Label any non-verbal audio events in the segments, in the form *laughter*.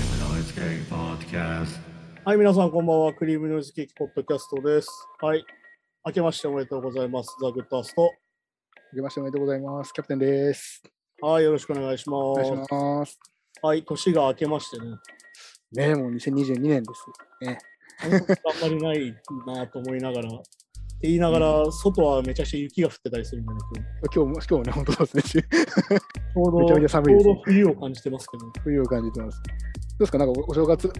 Cheesecake Podcast. はい、皆さんこんばんは。クリームノイズケーキポッドキャストです。はい。明けましておめでとうございます。ザ・グッドアスト。明けましておめでとうございます。キャプテンです。はい、よろしくお願いしまお願いす。します。はい、年が明けましてね。ねえ、もう2022年です。ねあんまりないなと思いながら。って言いながら、外はめちゃくちゃ雪が降ってたりするんだね。今日も、今日もね、本当そうですね。 *laughs* 今日めちちょゃうど、めちゃ寒いですちょうど冬を感じてますけど。冬を感じてます。どうですかなんかおお正月、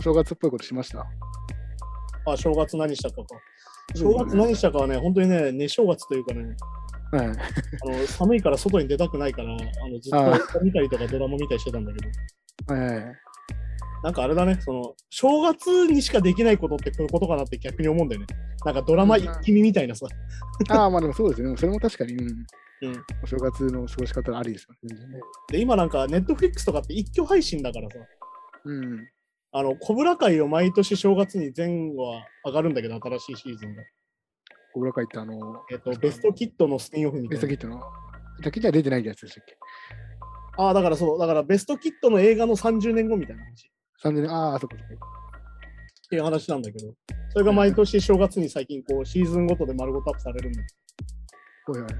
お正月っぽいことしましたあ、正月何したかか。正月何したかはね、本当にね、寝正月というかね、はい。あの寒いから外に出たくないから、あのずあっと見たりとかドラマ見たりしてたんだけど。はいはい。なんかあれだね、その、正月にしかできないことってこういうことかなって逆に思うんだよね。なんかドラマ一気見みたいなさ。ああ、まあでもそうですね。でもそれも確かに、うん。うんお正月の過ごし方ありですよね。全然ねで、今なんかネットフリックスとかって一挙配信だからさ、うん。あの、小倉会を毎年正月に前後は上がるんだけど、新しいシーズンが。小倉会ってあの、えっと、ベストキットのスピンオフみたベいストキなッ。トの、だけじゃ出てないやつでしたっけああ、だからそう、だからベストキットの映画の30年後みたいな話。三年、ああ、そこそこ。っていう話なんだけど、それが毎年正月に最近こう、シーズンごとで丸ごとアップされるんだけど、はいはい。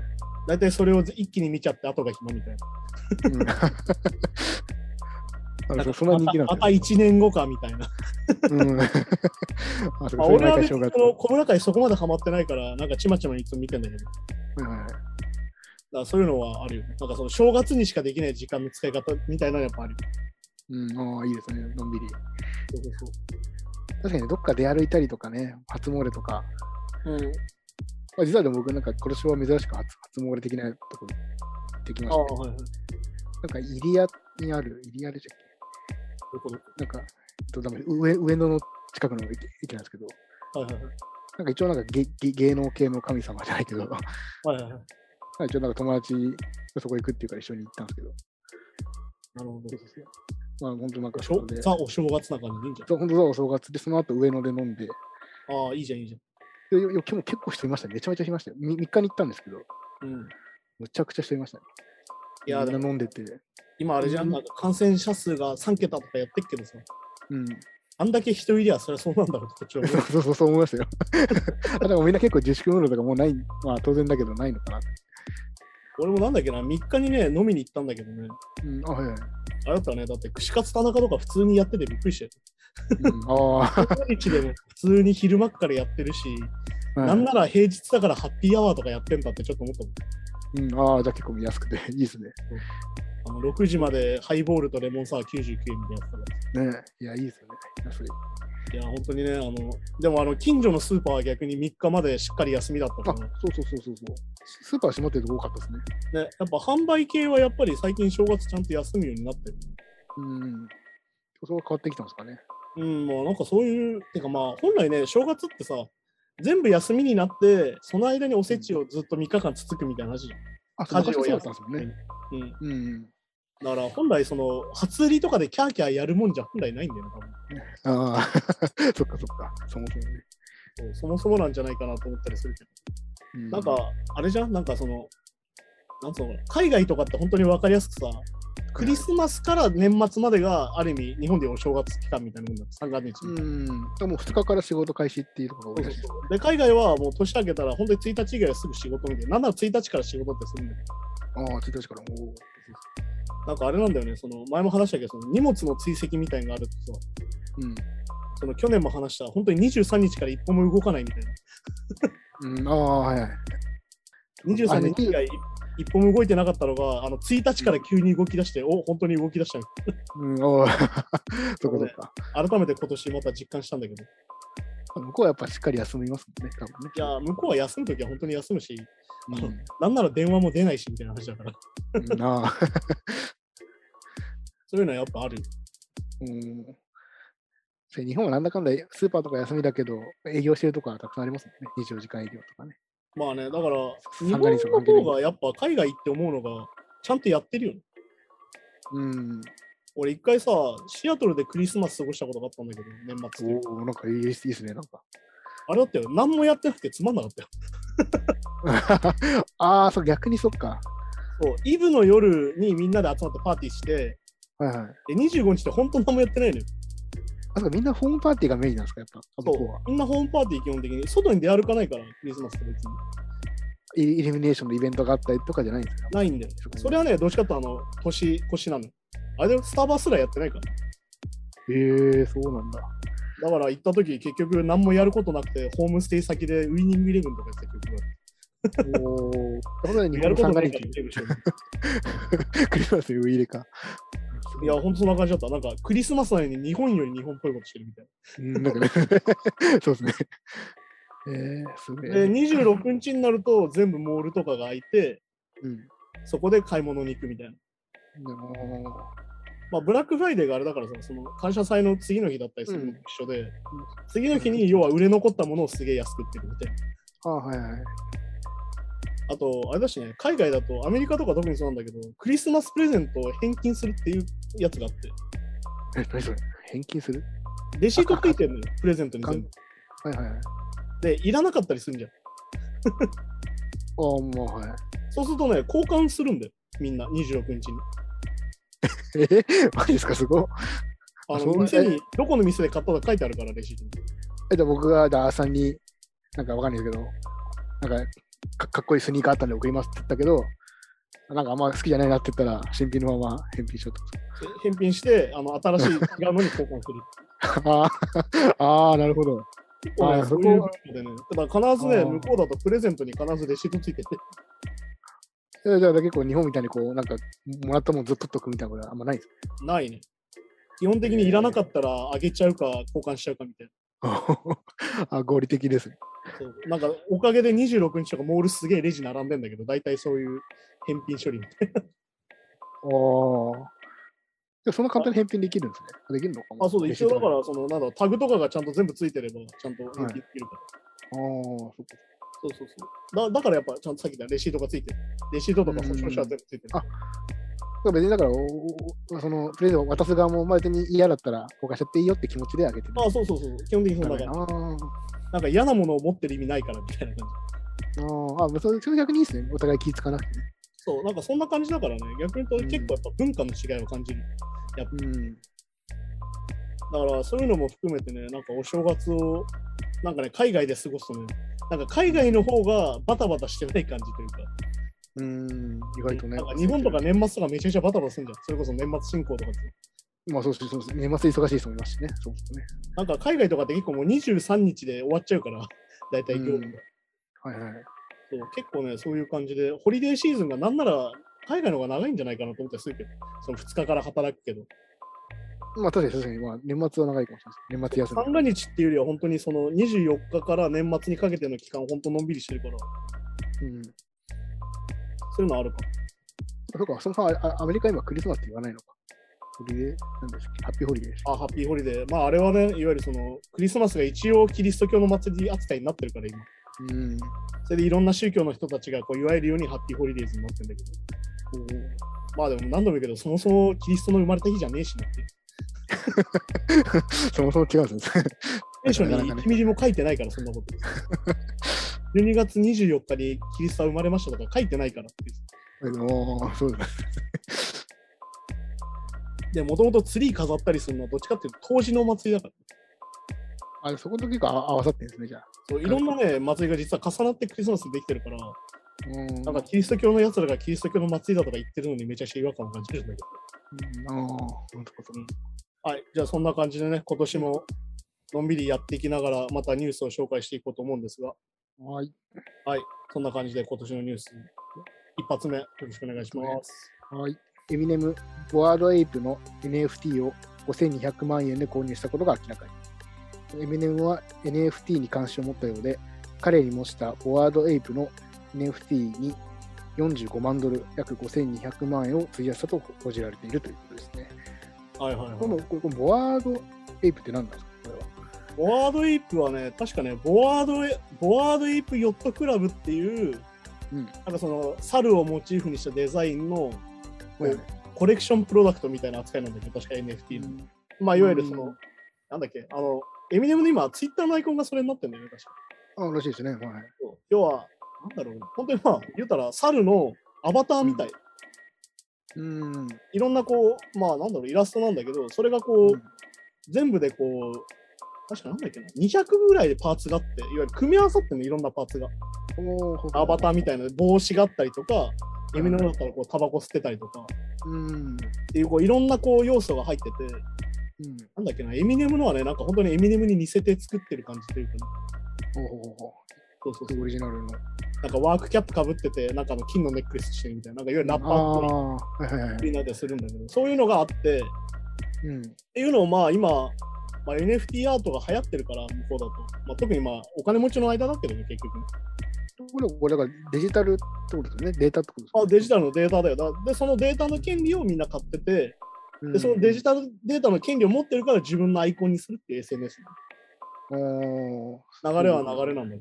大体それを一気に見ちゃって後が暇みたいな。うん *laughs* あのそうそんな *laughs* 人気なんまたまですた1年後かみたいな。うん。あ、そうまあ、か、それ俺は別毎回正に月こ。の小村会そこまでハマってないから、なんかちまちまいつも見てんだけど、だかはいはいはいらそういうのはあるよね。なんかその正月にしかできない時間の使い方みたいなのやっぱあるよ。うん、ああ、いいですね、のんびり。そうそう確かに、どっか出歩いたりとかね、初詣とか。そう。うん、まあ、実はでも僕、なんか、今年は珍しく初初詣的なところ行ってきまああ、しはいはい。た。なんか、入谷にある、入谷でしたっそういうこけなんか、えっと、ダメ上上野の近くの駅駅なんですけど、とはいはいはいなんか一応、なんか芸芸芸能系の神様じゃないけど、 *laughs* なんかはいはいはい。一応、なんか友達がそこ行くっていうから一緒に行ったんですけど、なるほそうそうそうまあ、本当なんかど。しそこでょさお正月な感じでいいんじゃそう、本当だ、お正月で、その後上野で飲んで、ん。ああ、いいじゃん、いいじでよよ今日も結構人いましたね。めちゃめちゃ人いましたよ。み3日に行ったんですけど、ゃん。うん。むちゃくちゃ人いましたね。いや、みでんなも飲んでて。今あれじゃん、なんか感染者数が3桁とかやってっけどさ、うん。あんだけ人いりゃそりゃそうなんだろうってこっちは思う。そうそうそう思いましたよ。あだからみんな結構自粛ムードとかもうない、まあ当然だけどないのかな。俺もなんだっけな、3日にね、飲みに行ったんだけどね、うん、あ、はいはい。あれだったらね、だって串カツ田中とか普通にやっててびっくりしたよ。うん、あ毎日でも普通に昼間っからやってるし、あ、なんなら平日だからハッピーアワーとかやってんだってちょっと思ったうん、ああ、じゃあ結構見やすくていいですね。もん。あの6時までハイボールとレモンサワー99円でやってたかねいや、いいですよね。いやそれら。いや、本当にね、あの、でもあの、近所のスーパーは逆に3日までしっかり休みだったかあ、そうら、ね、そうそうそうそう。スーパー閉まってるとこ多かったですね。やっぱ販売系はやっぱり最近正月ちゃんと休むようになってる。うん。そこが変わってきたんですかね。うん、もうなんかそういう、てかまあ、本来ね、正月ってさ、全部休みになって、その間におせちをずっと3日間つつくみたいな話じゃん。あ、そう家昔事をそうやだっるたんですもんね。うん。うん。だから本来その初売りとかでキャーキャーやるもんじゃ本来ないんだよね、多分ああ、 *laughs* そっかそっか。そもそもね。そうそもそもなんじゃないかなと思ったりするけど、うなんかあれじゃんなんかそのなんつうのかな海外とかって本当に分かりやすくさクリスマスから年末までがある意味日本でお正月期間みたいなもんだ三が日、うん、でも2日から仕事開始っていうところが多いらしいですね。で海外はもう年明けたら本当に1日以外はすぐ仕事みたいななんなら1日から仕事ってするんだけどああ、1日からもなんかあれなんだよねその前も話したけどその荷物の追跡みたいのがあるとさう。うん。その去年も話した本当に23日から一歩も動かないみたいなうん、ああ、はいはい。 23あれ日以外一歩も動いてなかったのが、あの1日から急に動き出して、お本当に動き出したのうん、あ *laughs* あ、そこそっか。改めて今年また実感したんだけど、向こうはやっぱしっかり休みますもんね、多分ね。いやー、向こうは休むときは本当に休むし、うんなんなら電話も出ないしみたいな話だから、 *laughs* うん、ああ、そういうのはやっぱある。 *laughs* うん。それ日本はなんだかんだスーパーとか休みだけど、営業してるとこはたくさんありますもんね。24時間営業とかね。まあね、だから、日三本がの日関係ない方がやっぱ海外行って思うのが、ちゃんとやってるよね。うん。俺一回さ、シアトルでクリスマス過ごしたことがあったんだけど、年末で。おお、なんかいいですね、なんか。 *laughs* あれだったよ、何もやってなくてつまんなかったよ。ああ、そう、逆にそっか。そう、イブの夜にみんなで集まってパーティーして、はいはい。で25日って本当何もやってないのよ。あそうかみんなホームパーティーがメインなんですか、やっぱ、そ向うこうは。。みんなホームパーティー基本的に。外に出歩かないから、クリスマスって別に。イイルミネーションのイベントがあったりとかじゃないんですか。ないんだよ。それはね、どっちかっていうとあの、年越しなの。あれでスタバすらやってないから。へえー、そうなんだ。だから行った時結局何もやることなくて、ホームステイ先でウィニングイレブンとかやってた曲 *laughs* おー。ということで、日やるこ本のと三ながい日から、行ってるでしょ *laughs* クリスマスにウイイレか。いや、ほんとそんな感じだった。なんかクリスマスなのに日本より日本っぽいことしてるみたいうん、なんかね、 *laughs* そうですね。えー、すごい。な。で、26日になると全部モールとかが開いて、うん。でそこで買い物に行くみたいな。も、まあ、ブラックフライデーがあれだからさ、その感謝祭の次の日だったりするのと一緒で、次の日に要は売れ残ったものをすげえ安く売ってるみたいな。あーはいはい。あと、あれだしね、海外だと、アメリカとか特にそうなんだけど、クリスマスプレゼントを返金するっていうやつがあっえ、何それ返金するて、レシートついてるのよ、プレゼントにかん全部。はいはいはい。あで、いらなかったりするんじゃん。あ、もうはい。そうするとね、交換するんだよ、みんな、26日に。えー、マジですか、すごい。あそうの、なんだ店に、どこの店で買ったか書いてあるから、レシートに。え、じゃあ僕が、じゃあ、さんに、なんかわかんないけど、なんかか、かっこいいスニーカーあったんで送りますって言ったけど、なんかあんま好きじゃないなって言ったら、新品のまま返品しようと。返品して、あの、新しい違うのに交 *laughs* 換する。あーあー、なるほど。結構ね、あーそういうことでね。だから必ずあね、ー向こうだとプレゼントに必ずレシートついてて、えじゃあ結構日本みたいにこう、なんか、もらったもんずっと取っとくみたいなことはあんまないんですないね。基本的にいらなかったらあげちゃうか交換しちゃうかみたいなか *laughs* あ合理的ですね。そう。なんかおかげで26日とかモールすげえレジ並んでんだけど、大体そういう返品処理みたいああ。でもそんな簡単に返品できるんですね。できるのかな。なあ、そうだ、一応だから、その、なんだ、タグとかがちゃんと全部ついてれば、ちゃんと返品できるから。ああー、そっか。そうそうそう。だだからやっぱ、ちゃんとさっき言ったレシートがついてる。レシートとか保証書は全部ついてる。うんあだから別にだから、おおおその、プレゼントを渡す側も、まあ別に嫌だったら、交換しちゃっていいよって気持ちであげてる。あそうそうそう。基本的にそうだから、あーなんか嫌なものを持ってる意味ないからみたいな感じ。あー、あ、それそれ逆にいいですね。お互い気ぃつかなくてね。そう、なんかそんな感じだからね、逆に言うとうん結構やっぱ文化の違いを感じる。うん。だからそういうのも含めてね、なんかお正月を、なんかね、海外で過ごすとね、なんか海外の方がバタバタしてない感じというか、うん、意外とねなんか。日本とか。年末とかめちゃめちゃバタバタするんじゃん。それこそ年末進行とかって。まあそうですねそうですね。年末忙しい人もいますしね。そうですね。なんか海外とかって結構もう23日で終わっちゃうから、 *laughs* 大体業務が、うんはいはい。そう結構ね、そういう感じで、ホリデーシーズンがなんなら海外の方が長いんじゃないかなと思ったりするけど、その2日から働くけど。まあ確かに確かに、まあ年末は長いかもしれないです。年末休み。三が日っていうよりは本当にその24日から年末にかけての期間、本当のんびりしてるから、うん。そういうのあるか。そうか、そもそもああアメリカ今クリスマスって言わないのか。ホリデーなんですっけハッピーホリデーです。あ、ハッピーホリデー。まああれはね、いわゆるそのクリスマスが一応キリスト教の祭り扱いになってるから今。うん。それでいろんな宗教の人たちがこういわゆるようにハッピーホリデーズになってるんだけど。まあでも何度も言うけど、そもそもキリストの生まれた日じゃねえしなって。そもそも違うんですね。 *laughs* 聖書になかなかね1ミリも書いてないから、そんなこと。12月24日にキリストは生まれましたとか書いてないからって。おーそうです。で、もともとツリー飾ったりするのはどっちかっていうと、当時のお祭りだから。あそこと結構あ合わさってるんですね、じゃあ。そういろんなね、祭りが実は重なってクリスマスにできてるから、うんなんかキリスト教のやつらがキリスト教の祭りだとか言ってるのにめちゃくちゃ違和感を感じるんだけど。うん、ああ、本当こと。はい、じゃあそんな感じでね、今年ものんびりやっていきながら、またニュースを紹介していこうと思うんですが、はい。そんな感じで今年のニュース、一発目、よろしくお願いします。はい。エミネム、ボワードエイプの NFT を5200万円で購入したことが明らかに。エミネムは NFT に関心を持ったようで、彼に模したボワードエイプの NFT に45万ドル、約5200万円を費やしたと報じられているということですね。はいはいはい。このこれこのボワードエイプって何なんですかこれは。ボワードエイプはね、確かね、ボワードエボワードエイプヨットクラブっていう、うなん。んかその猿をモチーフにしたデザインのこれはねコレクションプロダクトみたいな扱いなんだけど、確か NFT の。まあ、いわゆるその、うんなんだっけ、あの、エミネムの今、ツイッターのアイコンがそれになってるんだよね、確か。あ、らしいですね。はい。要は、なんだろうな、本当にまあ、言うたら、猿のアバターみたい。うん。いろんなこう、まあなんだろう、イラストなんだけど、それがこう、全部でこう、確かなんだっけな、200ぐらいでパーツがあって、いわゆる組み合わさってんの、いろんなパーツが。おアバターみたいな帽子があったりとか、うん弓の中からこうタバコ吸ってたりとか、っー。うん。ていうこういろんなこう要素が入ってて、うん。なんだっけな、エミネムのはね、なんか本当にエミネムに似せて作ってる感じというかね、ほうほうほうほ。そうそうそうオリジナルの。う、なんかワークキャップかぶってて、なんかあの金のネックレスしてるみたいな、なんかいわゆるラッパあーっぽいあー。はいはいはい。になったりするんだけど、そういうのがあって、うっん。ていうのをまあ今、まあ、NFT アートが流行ってるから向こうだと、まあ、特にまあお金持ちの間だけどね結局ねこれ、これだからデジタルってことですよね。データってことですよあね。デジタルのデータだよなでそのデータの権利をみんな買っててうんでそのデジタルデータの権利を持ってるから自分のアイコンにするっていう SNS おの流れは流れなんだけど、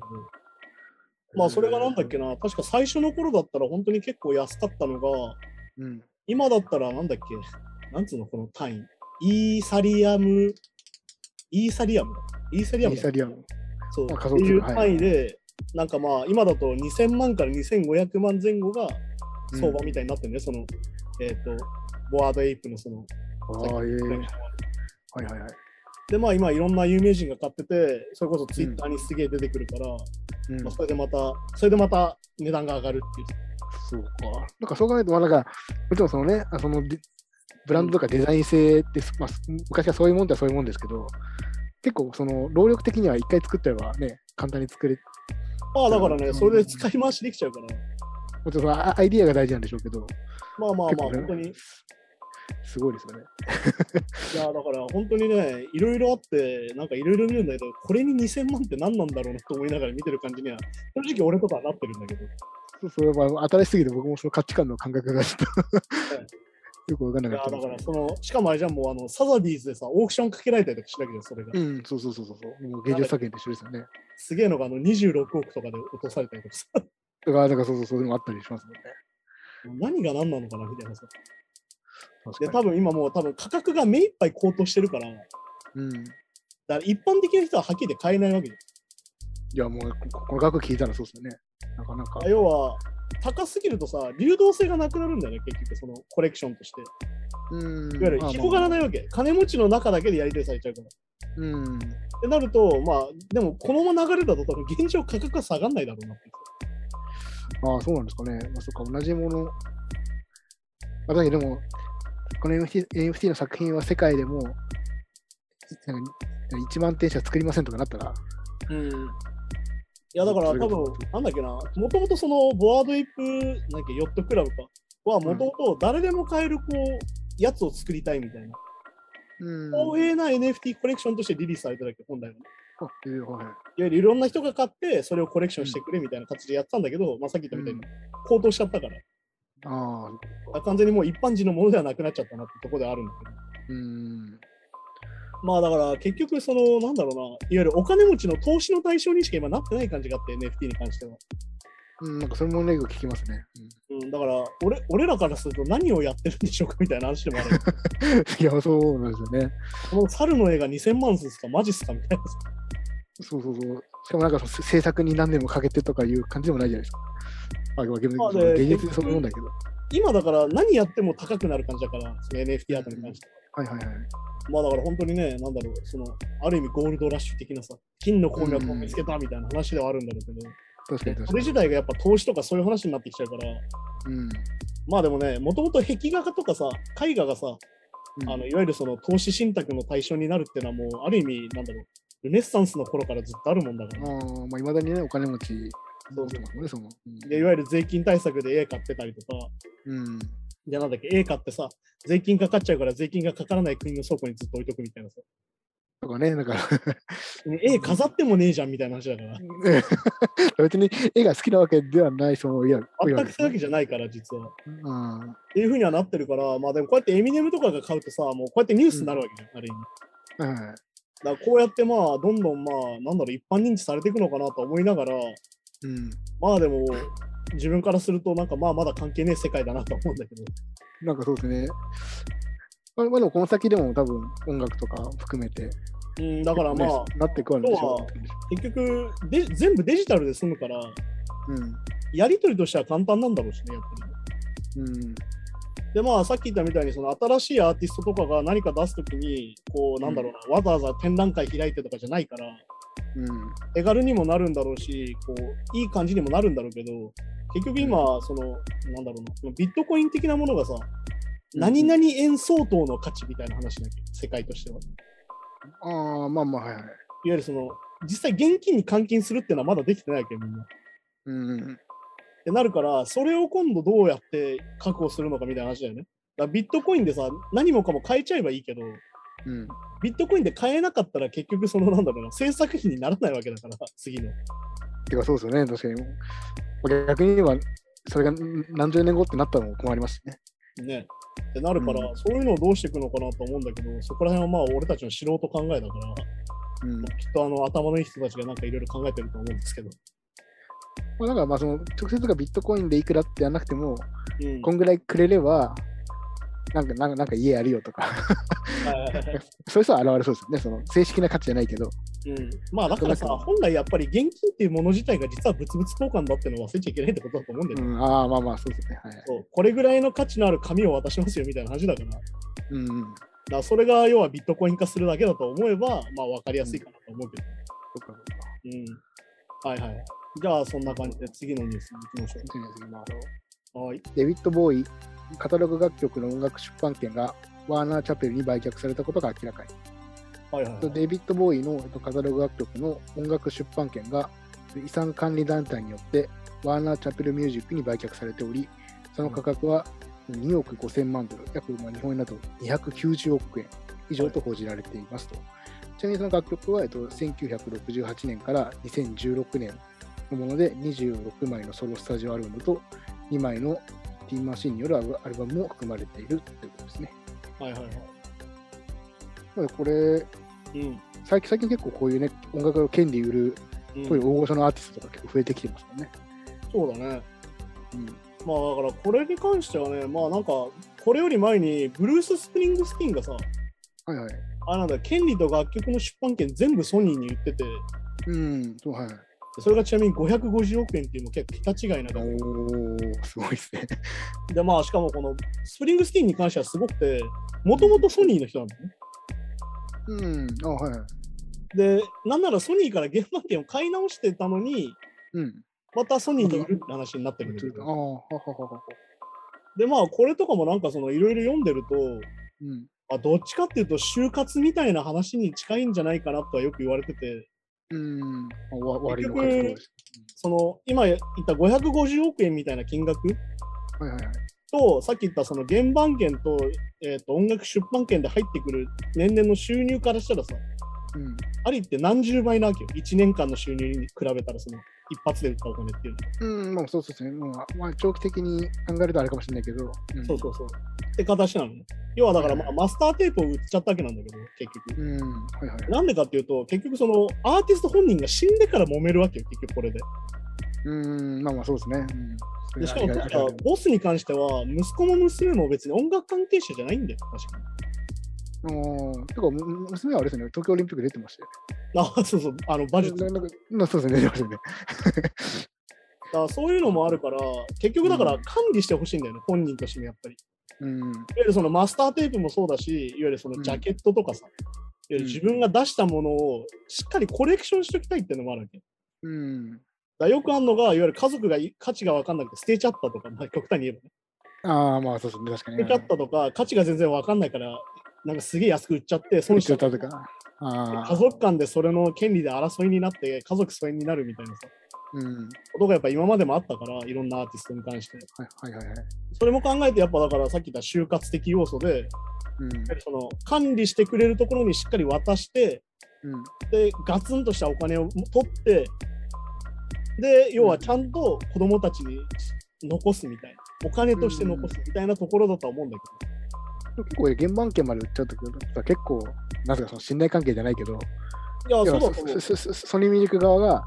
まあそれがなんだっけな確か最初の頃だったら本当に結構安かったのがーうん。今だったらなんだっけなんつうのこの単位イーサリアムイーサリアムだイーサイリアムーだサリアム。そうまあっ仮想てい通貨うはい単位で、なんかまあ、今だと2000万から2500万前後が相場みたいになってるね、その、えっ、と、ボワードエイプのその、ああ、ええはいはいはい。で、まあ今、いろんな有名人が買ってて、それこそツイッターにすげえ出てくるから、うんまあ、それでまた、それでまた値段が上がるっていう。そうか。なんかそう考えると、まあ、なんか、もちろんそのね、あそのデブランドとかデザイン性って、まあ、昔はそういうもんってはそういうもんですけど、結構、その、労力的には一回作ってればね、簡単に作れ、まあだからうね、んそれで使い回しできちゃうから、もちろんそのあアイディアが大事なんでしょうけど、まあまあまあ、結構ね本当に、いすごいですよね。や、だから本当にね、いろいろあって、なんかいろいろ見るんだけど、これに2000万って何なんだろうなと思いながら見てる感じには、正直俺とかはなってるんだけど。そうそれは新しすぎて、僕もその価値観の感覚がちょっと、よくわかんないかやっただですかねらそのしかもあれじゃんもうあのサザビーズでさオークションかけられたりとかしなきゃそれが、うん、そうそうそうそう。もう芸術作品と一緒ですよね。すげえのがあの26億とかで落とされたりとかさだから、だからそうそう、そういうのもあったりしますもんね。何が何なのかなみたいなさで確か多分今もう多分価格が目いっぱい高騰してるからだかに。うん。いら一般的な人ははっきり言って買えないわけですや、もう、ここの額聞いたらそうですよね。なかなか。要は高すぎるとさ流動性がなくなるんだよね結局そのコレクションとしてうん。いわゆるまあまあ広がらないわけ金持ちの中だけでやり取りされちゃうからうん。ってなるとまあでもこのまま流れだと多分現状価格は下がんないだろうなってああ、そうなんですかね。まあ、そっか、同じもの。まあ、だけどでも、この NFT, NFT の作品は世界でも、なんか1万点しか作りませんとかなったら、うんいやだからそれが多分なんだっけな、もともとそのボワードイップ、なんだっけヨットクラブか、はもともと誰でも買えるこうやつを作りたいみたいな、うん公平な NFT コレクションとしてリリースされてたっけ、本来は。いあえーはいはいわゆるいろんな人が買って、それをコレクションしてくれみたいな形でやってたんだけど、まあ、さっき言ったみたいに高騰しちゃったから、ああ、あ完全にもう一般人のものではなくなっちゃったなってところではあるんだけど。うん。まあだから結局、そのなんだろうな、いわゆるお金持ちの投資の対象にしか今なってない感じがあって、NFT に関しては。うん、なんかそれもね、よく聞きますね。うん、だから俺俺らからすると何をやってるんでしょうかみたいな話でもある。うん、い *laughs* や、そうなんですよね。この猿の絵が2000万するんすかマジっすかみたいな。そうそうそう。しかもなんかその制作に何年もかけてとかいう感じでもないじゃないですか。あ、でもまあ現ね現実でそういうもんだけど。今だから何やっても高くなる感じだから、その NFT アートに関しては。はいはいはい。まあだから本当にね、なんだろう、そのある意味ゴールドラッシュ的なさ、金の鉱脈を見つけたみたいな話ではあるんだろうけど、確かそに確かれに。自体がやっぱ投資とかそういう話になってきちゃうから、うん。まあでもね、もともと壁画とかさ、絵画がさ、うんあのいわゆるその投資信託の対象になるっていうのはもうある意味、なんだろう、ルネッサンスの頃からずっとあるもんだから。ああ、まあ、いまだにね、お金持ちそ持うってそうますもんね、その。うんでいわゆる税金対策で絵買ってたりとか、うん。じゃあなんだっけ、絵買ってさ、税金かかっちゃうから税金がかからない国の倉庫にずっと置いとくみたいなさ、とかね、なんか、絵飾ってもねえじゃんみたいな話だから、 *laughs* 別に絵が好きなわけではない、その、いや、全くそういうわけじゃゃないから、実は。っああていうふうにはなってるから、まあでもこうやってエミネムとかが買うとさ、もうこうやってニュースになるわけじゃん、ある意味。はいだからこうやってまあ、どんどんまあ、なんだろう、一般認知されていくのかなと思いながら、うん。まあでも、自分からすると、なんかまあまだ関係ねえ世界だなと思うんだけど。なんかそうですね。まあ、まあ、でもこの先でも多分音楽とか含めて、うん、だからまあ、なってくわんでしょあ結局で、全部デジタルで済むから、う。うん。やり取りとしては簡単なんだろうしね、やっぱり。うん。でまあさっき言ったみたいにその新しいアーティストとかが何か出すときにこうなんだろうな、わざわざ展覧会開いてとかじゃないからうん。手軽にもなるんだろうしこういい感じにもなるんだろうけど結局今そのなんだろうなそのビットコイン的なものがさ何々円相当の価値みたいな話なきゃ世界としては。いああ、まあまあ、はいはい。わゆるその実際現金に換金するっていうのはまだできてないわけよみんな。っうん。てなるからそれを今度どうやって確保するのかみたいな話だよね。だからビットコインでさ何もかも買えちゃえばいいけどうん。ビットコインで買えなかったら結局そのなんだろうな制作費にならないわけだから次の。てか、そうですよね、確かに。逆に言えば、それが何十年後ってなったのも困りますね。ね。ってなるから、うんそういうのをどうしていくのかなと思うんだけどそこら辺はまあ俺たちの素人考えだからうん。きっとあの頭のいい人たちがなんかいろいろ考えてると思うんですけど。まあ、だから、まあ、その、直接がビットコインでいくらってやらなくても、うんこんぐらいくれれば、なんか、なんか、なんか家あるよとか、 *laughs* はいはいはいそういう人は現れそうですよね。その、正式な価値じゃないけど。うんまあだからさ、本来やっぱり現金っていうもの自体が実は物々交換だってのを忘れちゃいけないってことだと思うんだうよね。ん、ああ、まあまあ、そうですね。はい。そうこれぐらいの価値のある紙を渡しますよみたいな話だから、だかうんうん。らそれが要はビットコイン化するだけだと思えば、まあ分かりやすいかなと思うけど。そうか、そううか。ん。はいはい。じゃあ、そんな感じで次のニュースに行きましょとりあえず今う。はい。デビッド・ボーイ、カタログ楽曲の音楽出版権がワーナー・チャペルに売却されたことが明らかに。はいはい、はい。デビッド・ボーイのえっとカタログ楽曲の音楽出版権が遺産管理団体によってワーナー・チャペル・ミュージックに売却されており、その価格は2億5000万ドル、約まあ日本円だと290億円以上と報じられていますと。ちなみにその楽曲は、えっと、1968年から2016年のもので26枚のソロスタジオアルバムと2枚のティーンマシーンによるアルアルバムも含まれているということですね。はいはいはなのでこれい。うん。最近最近結構こういうね音楽の権利売るうんこういう大御所のアーティストとか結構増えてきてますもんね。そうだね。うんまあだからこれに関してはね、まあなんかこれより前にブルース・スプリングスティーンがさ、はいはい。あなんだ、権利と楽曲の出版権全部ソニーに言ってて、うん、そうはい。それがちなみに550億円っていうのも結構桁違いなお額ー、すごいですね。で、まあしかもこのスプリングスティーンに関してはすごくて、もともとソニーの人なんだよね。うん、あはいはい。で、なんならソニーから原版権を買い直してたのに、うん。またソニーにいるって話になってくるんだけあどあ、はははは。でまあこれとかもなんかそのいろいろ読んでると、うん。まあ、どっちかっていうと就活みたいな話に近いんじゃないかなとはよく言われててうん。あわ悪いの結局かです。その今言った550億円みたいな金額はいはいはい。とさっき言ったその原版権と,、えーと音楽出版権で入ってくる年々の収入からしたらさうん。ありって何十倍なわけよ1年間の収入に比べたらその一発で売ったお金っていうのは、うん、まあそうそうですね。まあ、まあ、長期的に考えるとあれかもしれないけど。うん、そうそうそうって形なのね要はだからまあマスターテープを売っちゃったわけなんだけど結局う。うん。はいはい。なんでかっていうと、結局そのアーティスト本人が死んでから揉めるわけよ、結局これで。うん、まあまあそうですね。うん。でしかもあり確がかたいボスに関しては、息子も娘も別に音楽関係者じゃないんだよ、確かに。うん。てか、む娘はあれですよね、東京オリンピック出てましたよね。あそうそう、あの馬術。だなんかなんかそうですね、出てましたよね。からそういうのもあるから、結局だからうん管理してほしいんだよね、本人としてもやっぱり。いうん。わゆるそのマスターテープもそうだし、いわゆるそのジャケットとかさ、いわゆる自分が出したものをしっかりコレクションしておきたいっていうのもあるわけ。うん。だからよくあるのが、いわゆる家族がい価値が分かんなくて捨てちゃったとか、まあ、極端に言えばねああ、まあそうですね、確かに。ペチャットとか価値が全然わかんないから、なんかすげえ安く売っちゃって、損損ししちちゃゃっったたととか。か。あ家あ。族間でそれの権利で争いになって、家族疎遠になるみたいなさうん。ことがやっぱ今までもあったから、いろんなアーティストに関して。はいはいはいはい。それも考えて、やっぱだからさっき言った就活的要素で、やっうんぱりその管理してくれるところにしっかり渡して、うん。で、ガツンとしたお金を取って、で、要はちゃんと子供たちに残すみたいな、お金として残すみたいなところだとは思うんだけど。結構、原版権まで売っちゃうとか、結構、なんすか、その信頼関係じゃないけど、いや、要そはうだと思うそ。そそソニーミュージック側が、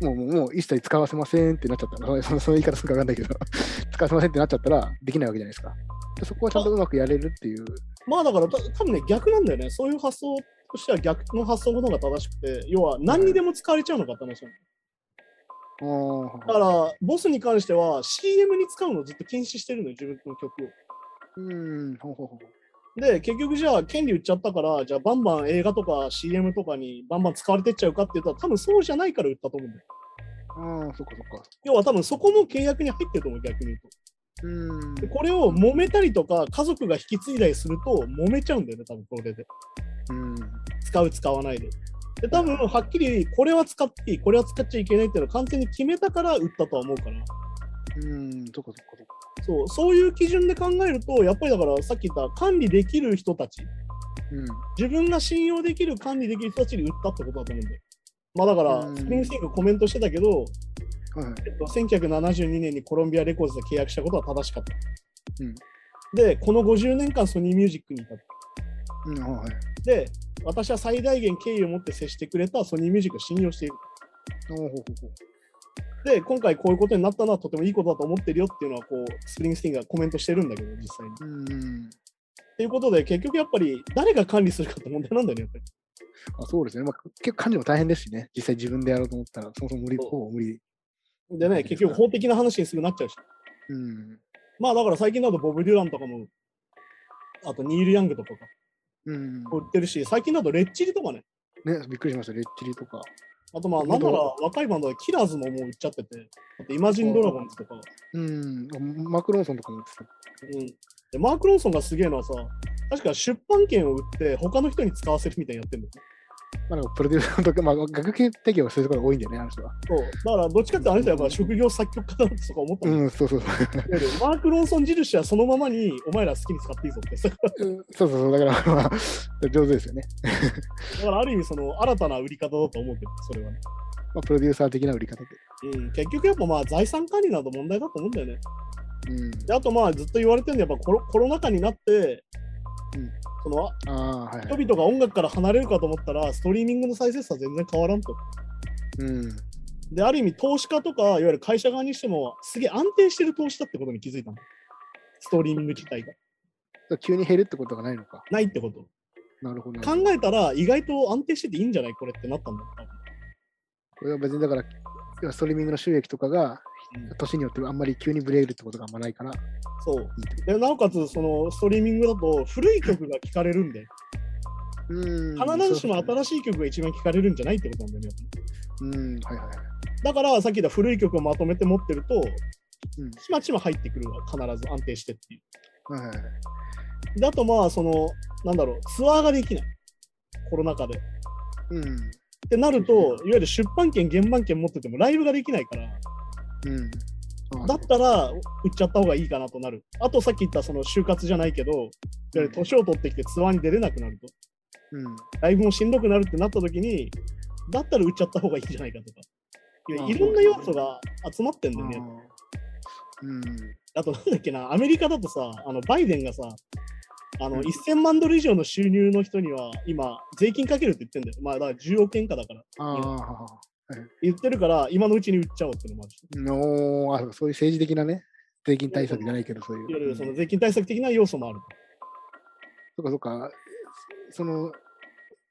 もうもうもう一切使わせませんってなっちゃったら、そのその言い方するか分かんないけど、 *laughs* 使わせませんってなっちゃったら、できないわけじゃないですか。でそこはちゃんとうまくやれるっていう。まあだからた多分ね逆なんだよねそういう発想としては逆の発想の方が正しくて要は何にでも使われちゃうのかって話なのあーだからボスに関しては CM に使うのをずっと禁止してるのよ自分の曲をうん、ほうほうほう。で、結局じゃあ、権利売っちゃったから、じゃあ、バンバン映画とか CM とかにバンバン使われてっちゃうかって言ったら、多分そうじゃないから売ったと思うんだよ。ああ、そっかそっか。要は多分そこも契約に入ってると思う、逆に言うと。うん。でこれを揉めたりとか、家族が引き継いだりすると、揉めちゃうんだよね、多分これで。うん。使う、使わないで。で、多分はっきり、これは使っていい、これは使っちゃいけないっていうのを完全に決めたから売ったとは思うから。うん、そっかそっかそっか。そうそういう基準で考えると、やっぱりだからさっき言った管理できる人たち、うん。自分が信用できる管理できる人たちに売ったってことだと思うんだよ。まあだから、うんスプリングスティークコメントしてたけど、はいはい。えっと、1972年にコロンビアレコーズで契約したことは正しかった。うんで、この50年間ソニーミュージックにいた。うん、はいはい。で、私は最大限敬意を持って接してくれたソニーミュージックを信用している。ほうほうほうほう。で、今回こういうことになったのはとてもいいことだと思ってるよっていうのは、こう、スプリングスティーンがコメントしてるんだけど、実際に。っうん。ていうことで、結局やっぱり誰が管理するかって問題なんだよね、やっぱり。あそうですね。まあ、結構管理も大変ですしね。実際自分でやろうと思ったら、そもそも無理、そうほぼ無理。でね、結局法的な話にすぐなっちゃうし。うん。まあだから最近だとボブ・デュランとかも、あとニール・ヤングとかがうん。売ってるし、最近だとレッチリとかね、ね、びっくりしました。レッチリとか。あとまあなんなら若いバンドでキラーズももう売っちゃってて、あとイマジン・ドラゴンズとか、うん。マクロンソンとかも言ってた。うんで、マーク・ロンソンがすげえのはさ、確か出版権を売って他の人に使わせるみたいにやってるんだまあ、なんかプロデューサーとか、まあ、楽器提供はそういうところが多いんだよね、あの人は。よ。そうだからどっちかってあの人はやっぱ職業作曲家だとか思ったうんだん、そうそうそう。けど、マーク・ロンソン印はそのままにお前ら好きに使っていいぞって。だかうんそうそうそう。だから、まあ、上手ですよね。らある意味その新たな売り方だと思うけど、それはね。まあ、プロデューサー的な売り方で。うん、結局やっぱまあ財産管理など問題だと思うんだよね。うん。であとまあずっと言われてるんでやっぱコロコロナ禍になって、うんそのああ、はいはい。人々が音楽から離れるかと思ったらストリーミングの再生数は全然変わらんと。うん。である意味投資家とかいわゆる会社側にしてもすげえ安定してる投資だってことに気づいたの。ストリーミング自体が急に減るってことがないのか。ないってこと。なるほど。考えたら意外と安定してていいんじゃないこれってなったんだよ。これは別にだから、要はストリーミングの収益とかが、年によってあんまり急にブレるってことがあんまないから。そうでなおかつそのストリーミングだと古い曲が聴かれるんでうん。必ずしも新しい曲が一番聴かれるんじゃないってことなんだよね。やっぱりうん、はいはいはい。だからさっき言った古い曲をまとめて持ってると、うんちまちま入ってくるわ、必ず安定してってい。はいはいはいうだとまあ、その、なんだろう、ツアーができない、コロナ禍で。っうん。てなると、いわゆる出版権、原版権持っててもライブができないから、うん。だったら売っちゃった方がいいかなとなる。あとさっき言ったその就活じゃないけど、いわゆる年を取ってきてツアーに出れなくなると、うん。ライブもしんどくなるってなった時に、だったら売っちゃった方がいいんじゃないかとか。いやまあいろんな要素が集まってんだよね。うん。あとなんだっけな、アメリカだとさ、あのバイデンがさ、あのうん1000万ドル以上の収入の人には今、税金かけるって言ってんだよ。まあ、だから10億円かだから。ああ。言ってるから、今のうちに売っちゃおうってのもあるし。のあそういう政治的なね、税金対策じゃないけど、そういう。いわゆるそのうん税金対策的な要素もある。そっかそっか、その、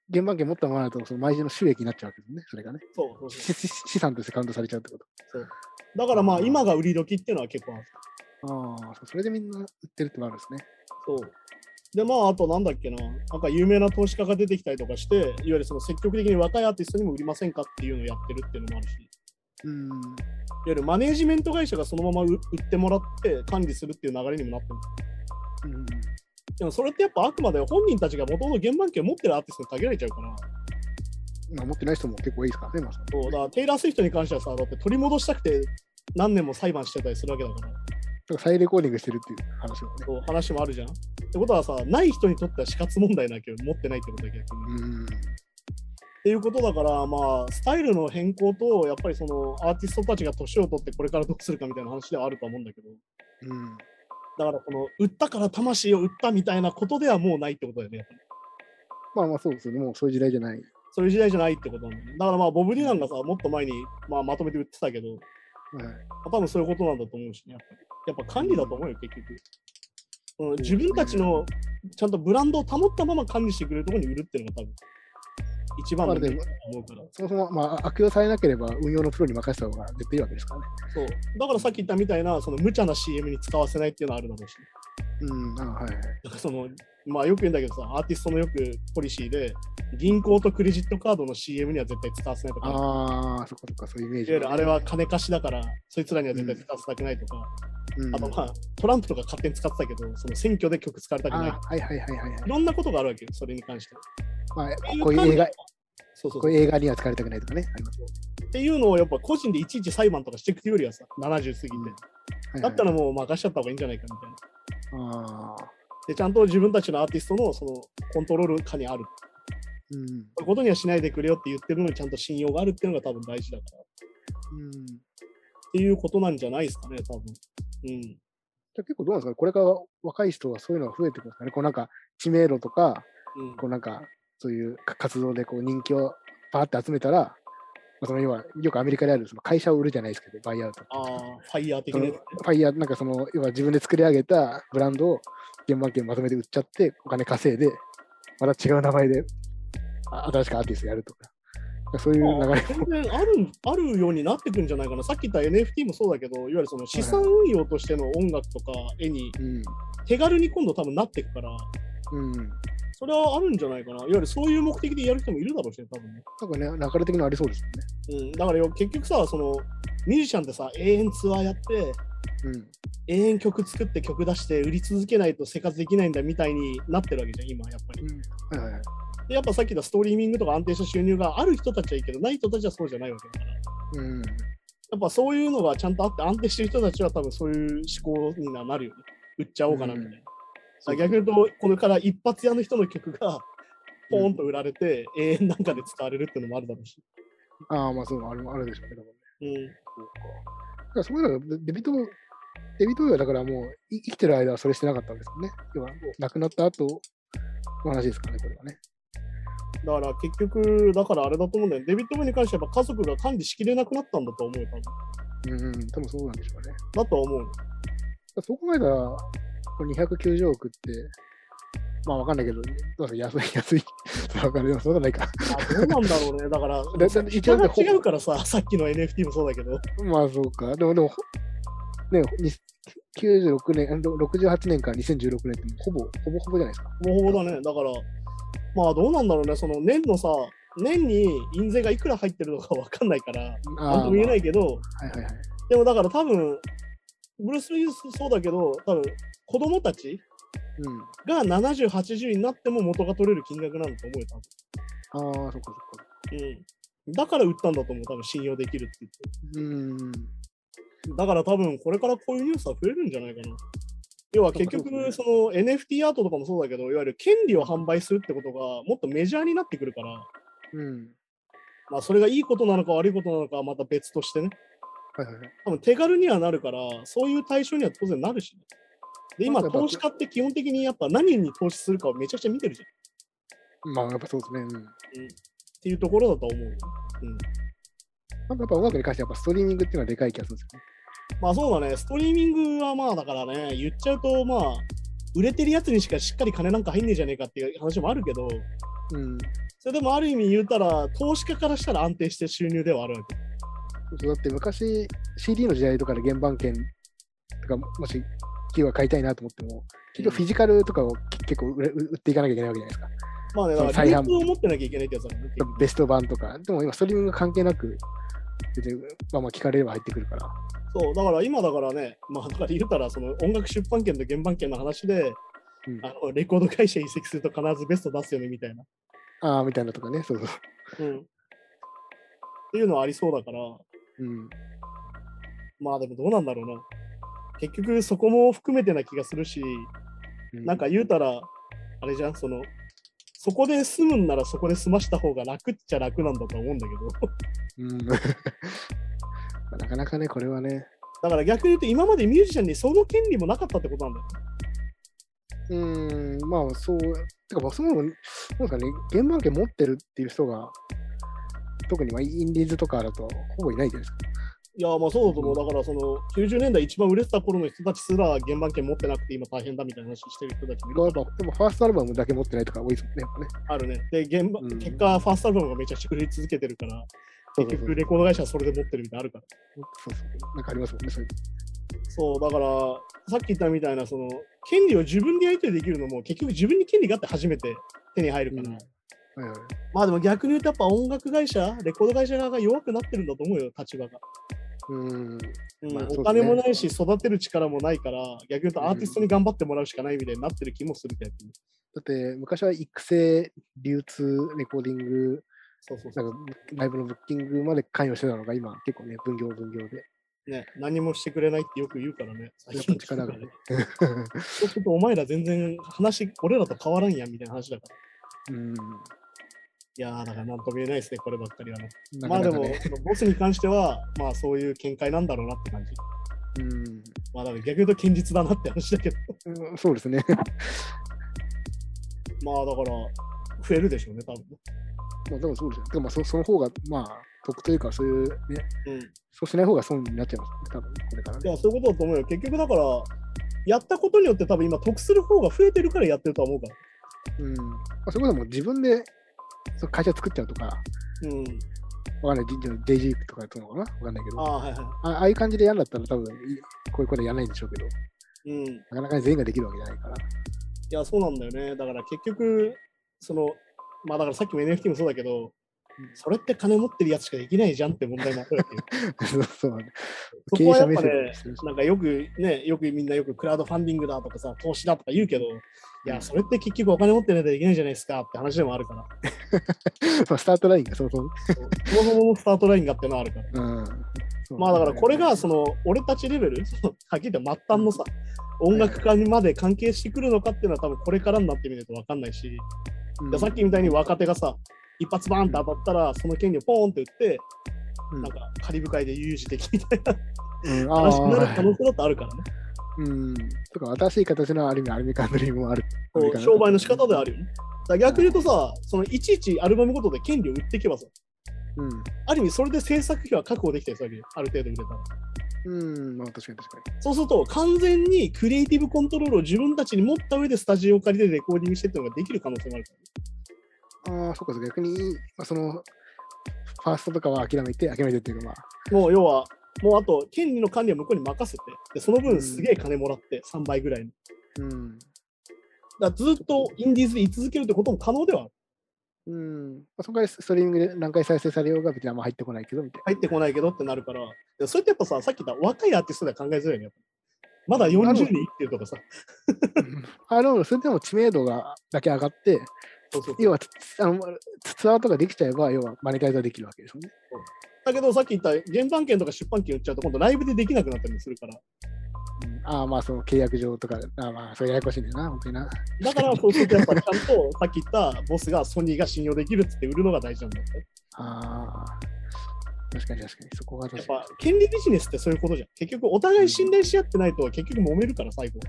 現場権持ったままだと、その毎日の収益になっちゃうわけですね、それがね。 *laughs* そうそうそ資資資産としてカウントされちゃうってこと。う。だからまあ、今が売り時っていうのは結構ある。ああ、それでみんな売ってるってのあるんですね。そう。で、まあ、あとなんだっけな、なんか有名な投資家が出てきたりとかして、いわゆるその積極的に若いアーティストにも売りませんかっていうのをやってるっていうのもあるし、いわうん。ゆるマネージメント会社がそのまま売売ってもらって管理するっていう流れにもなってる。うんでもそれってやっぱあくまで本人たちが元々原版権を持ってるアーティストに限られちゃうから、まあ、持ってない人も結構いいですからね、まあ、そうだからテイラー・スウィフトに関してはさ、だって取り戻したくて何年も裁判してたりするわけだから、だから再レコーディングしてるっていう話もね。そう話もあるじゃん。ってことはさ、ない人にとっては死活問題なわけど、持ってないってことだ逆に。っうん。ていうことだから、まあ、スタイルの変更と、やっぱりそのアーティストたちが年を取ってこれからどうするかみたいな話ではあると思うんだけど、うん。だからこの、売ったから魂を売ったみたいなことではもうないってことだよね。やっぱりまあまあそうですよね。もうそういう時代じゃない。そういう時代じゃないってことなんだよね。だからまあ、ボブ・ディランがさ、もっと前に、まあ、まとめて売ってたけど、はいまあ多分そういうことなんだと思うしね、やっぱり。やっぱ管理だと思うよ、結局。うん、自分たちのちゃんとブランドを保ったまま管理してくれるところに売るっていうのが多分一番のまあでも思うから。そもそも、まあ、悪用されなければ運用のプロに任せた方が絶対いいわけですからね。そう。だからさっき言ったみたいな、その無茶な CM に使わせないっていうのはあるだろうし、ううん、あはいはい。なんかその、まあよく言うんだけどさ、アーティストのよくポリシーで、銀行とクレジットカードの CM には絶対伝わせないとか、いわああ、そっかそっか、そういうイメージ、ゆるあれは金貸しだから、そいつらには絶対伝わせたくないとか、うん、あとまあ、トランプとか勝手に使ってたけど、その選挙で曲使われたくないあ。はいはいはいはいはいい。ろんなことがあるわけよ、それに関して。まあ、ここういう映画、そうそうこそうう。いう映画には使われたくないとかね。ありますっていうのをやっぱ個人でいちいち裁判とかしていくよりはさ、70過ぎて。はいはいだったらもう任しちゃった方がいいんじゃないかみたいな。ああ、で、ちゃんと自分たちのアーティストのそのコントロール下にある。うん。こういうことにはしないでくれよって言ってるのにちゃんと信用があるっていうのが多分大事だから。うんっていうことなんじゃないですかね、多分。うん。じゃあ結構どうなんですかねこれから若い人はそういうのが増えてくるんですかねこうなんか知名度とか、うん、こうなんかそういうか活動でこう人気をバーって集めたら、まあ、その要はよくアメリカであるその会社を売るじゃないですけど、バイアウト。ああ、ファイヤー的そなのやつファイヤー、なんかその要は自分で作り上げたブランドを現場券まとめて売っちゃって、お金稼いで、また違う名前であ新しくアーティストやるとか、そういう流れ全然あるあるようになってくんじゃないかな。さっき言った NFT もそうだけど、いわゆるその資産運用としての音楽とか絵に手軽に今度多分なっていくから、うん。うん。それはあるんじゃないかな。いわゆるそういう目的でやる人もいるだろうしね、多分ね。なんかね、流れ的なありそうですようん、だからよ結局さ、そのミュージシャンってさ、永遠ツアーやって、ね。うん。永遠曲作って曲出して売り続けないと生活できないんだみたいになってるわけじゃん、今やっぱり。はいはいはい。で、やっぱさっき言ったストリーミングとか安定した収入がある人たちはいいけど、ない人たちはそうじゃないわけだから。やうん。っぱそういうのがちゃんとあって安定してる人たちは多分そういう思考にはなるよね。売っちゃおうかなみたいな。だから逆に言うと、これから一発屋の人の曲がポーンと売られて、永遠なんかで使われるっていうのもあるだろうし。ああ、まあそう、あれもあるでしょうね。多分ねうんそうか。だからそういうのが、デビット、デビットはだからもうい生きてる間はそれしてなかったんですよね。要は、亡くなった後の話ですかね、これはね。だから結局、だからあれだと思うんだよ。デビット・メイに関してはやっぱ家族が管理しきれなくなったんだと思うよ、多分。うん、うん、多分そうなんでしょうね。だかだとは思う。らそう考えたら、これ290億って、まあわかんないけど、どうですか安い、安い。わかんない、そう *laughs* でもないか。あどうなんだろうね。だから、だだ一桁応が違うからさ、さっきの NFT もそうだけど。まあそうか。でも、でも、ほね、に96年、あの68年から2016年ってほぼ、ほぼほぼじゃないですか。。もうほぼだね。だから、まあどうなんだろうね。その年のさ、年に印税がいくら入ってるのかわかんないから、なんとも言えないいけど、はいはいはい。でもだから多分、ブルース・ウィリスそうだけど、多分、子供たちうん。が70、80になっても元が取れる金額なんだと思うよ、多分。ああ、そっかそっか。うん。だから売ったんだと思う、多分信用できるって言って。うん。だから多分これからこういうニュースは増えるんじゃないかな。要は結そうか局、そその NFT アートとかもそうだけど、いわゆる権利を販売するってことがもっとメジャーになってくるから、うん。まあそれがいいことなのか悪いことなのかはまた別としてね、はいはいはい。多分手軽にはなるから、そういう対象には当然なるし、ね。で、今、まあやっぱ投資家って基本的にやっぱ何に投資するかをめちゃくちゃ見てるじゃん。まあ、やっぱそうですね。うん。っていうところだと思うよ。うん。なんかやっぱ音楽に関してはやっぱストリーミングっていうのはでかい気がするんですよね。まあそうだね、ストリーミングはまあだからね、言っちゃうとまあ、売れてるやつにしかしっかり金なんか入んねえじゃねえかっていう話もあるけど、うん。それでもある意味言うたら、投資家からしたら安定して収入ではあるわけ。そうだって昔 CD の時代とかで原版権とか、もし企業が買いたいなと思っても、結局フィジカルとかを結構売れ売っていかなきゃいけないわけじゃないですか。まあね、だかそらう流再販通を持ってなきゃいけないってやつだからね。結局ベスト版とか。でも今ストリーミング関係なく、別にまあまあ聞かれれば入ってくるから。そう、だから今だからね、まあだから言うたら、その音楽出版権と原版権の話で、うん、あのレコード会社に移籍すると必ずベスト出すよねみたいな。ああ、みたいなとかね。そうそう。うん。っていうのはありそうだから、うん。まあでもどうなんだろうな。結局そこも含めてな気がするし、なんか言うたら、あれじゃん、その、そこで済むんならそこで済ました方が楽っちゃ楽なんだと思うんだけど、 *laughs* うん、 *laughs* まあなかなかね、これはね。だから逆に言うと、今までミュージシャンにその権利もなかったってことなんだよ。うん、まあそう、てかまあそもそも、なんですかね、原版権持ってるっていう人が、特にまあインディーズとかだとほぼいないじゃないですか。いや、まあそうだと思う。だから、その、90年代一番売れてた頃の人たちすら原版権持ってなくて今大変だみたいな話してる人たちもいまあるやっぱでもファーストアルバムだけ持ってないとか多いですもんね。やっぱねあるね。で、現場、うん結果、ファーストアルバムがめちゃくちゃ売れ続けてるから、そう結そうそ局うレコード会社はそれで持ってるみたいなのあるから。そうそうなんかありますもんね、そういう。そう、だから、さっき言ったみたいな、その、権利を自分でやり取りできるのも、結局自分に権利があって初めて手に入るから。はいはいまあでも逆に言うと、やっぱ音楽会社、レコード会社側が弱くなってるんだと思うよ、立場が。うんうんまあそうおだね金もないし、育てる力もないから、逆に言うとアーティストに頑張ってもらうしかないみたいになってる気もするけど、だって昔は育成、流通、レコーディング、そうそうそなんかライブのブッキングまで関与してたのが今結構ね、分業分業で。 *laughs* う。ね、何もしてくれないってよく言うからね、最やっ近ぱ力がね。そうするとお前ら全然話、俺らと変わらんやんみたいな話だから。うん。いやー、だからなんとも言えないですね、こればっかりはね。なまかあでなかもね。、ボスに関しては、まあそういう見解なんだろうなって感じ。うんまあだから逆に言うと堅実だなって話だけど、うん。そうですね。まあだから、増えるでしょうね、多分。まあでもそうですよ。でもまあそその方が、まあ、得というか、そういうね、うん。そうしない方が損になっちゃいますね、多分これからいね。や、そういうことだと思うよ。結局だから、やったことによって多分今得する方が増えてるからやってるとは思うから。うん。まあ、それこそもう自分でそう会社作っちゃうとか、うん。わかんない、デイジークとかやったのかなわかんないけど、あああ、はいはああいう感じでやるんだったら多分、いこういうことやらないんでしょうけど、い。うん。いなかなか全員ができるわけじゃないから。 *laughs* や、そうなんだよね。だから結局、その、まあだからさっきも NFT もそうだけど、それって金持ってるやつしかできないじゃんって問題もあるわ *laughs* けよ。そうそうなんだ。そこはやっぱねしてるしなんかよくね、よくみんなよくクラウドファンディングだとかさ、投資だとか言うけど、いや、それって結局お金持ってないといけないじゃないですかって話でもあるから、まあスタートラインがそもそも。そもそものスタートラインがってのはあるから。うん。まあだからこれがそその俺たちレベル、そ *laughs* のはっきり言って末端のさ、音楽家にまで関係してくるのかっていうのは多分これからになってみないと分かんないし、うさっきみたいに若手がさ、一発バーンと当たったら、その権利をポーンって打って、うんなんかカリブ海で悠々自適みたいなうん、あ話になる可あ、能性だってあるからね。うん。とか、新しい形のアルミ、アルミカントリーもある。そう商売の仕方ではある。るよね。だから逆に言うとさ、そのいちいちアルバムごとで権利を売っていけばさ、うん。ある意味それで制作費は確保できたりするわけよある程度売れたら。うん、まあ確かに確かそうすると、完全にクリエイティブコントロールを自分たちに持った上でスタジオを借りてレコーディングしてっていうのができる可能性もあるかに。ああ、そうかそうか、逆に、まあ、その、ファーストとかは諦めて、諦めてっていうか、まあ、ら。もう要は、もうあと、権利の管理は向こうに任せて、でそのうん分すげえ金もらって、3倍ぐらいの。うん。だからずっとインディーズで居続けるってことも可能ではあるうん。まあ、そこからストリーミングで何回再生されようが別にあんま入ってこないけど、みたい入ってこないけどってなるから、でそれってやっぱさ、さっき言った若いアーティストでは考えづらいね。やっぱまだ40人生きてるとかさ。な。 *laughs* うんあでも、それでも知名度がだけ上がって、そうそうそう要はつあのツツアーとかできちゃえば、要はマネタイズはできるわけですよね。だけどさっき言った原版権とか出版権売っちゃうと今度ライブでできなくなったりもするから。うん、ああ、まあその契約上とか、ああまあそれややこしいんだよな、本当にな。だからそうするとやっぱちゃんとさっき言ったボスがソニーが信用できるっつって売るのが大事なんだよね。ああ、確かに確かに、そこがやっ確かぱ権利ビジネスってそういうことじゃん。結局お互い信頼し合ってないと結局揉めるから最後。に。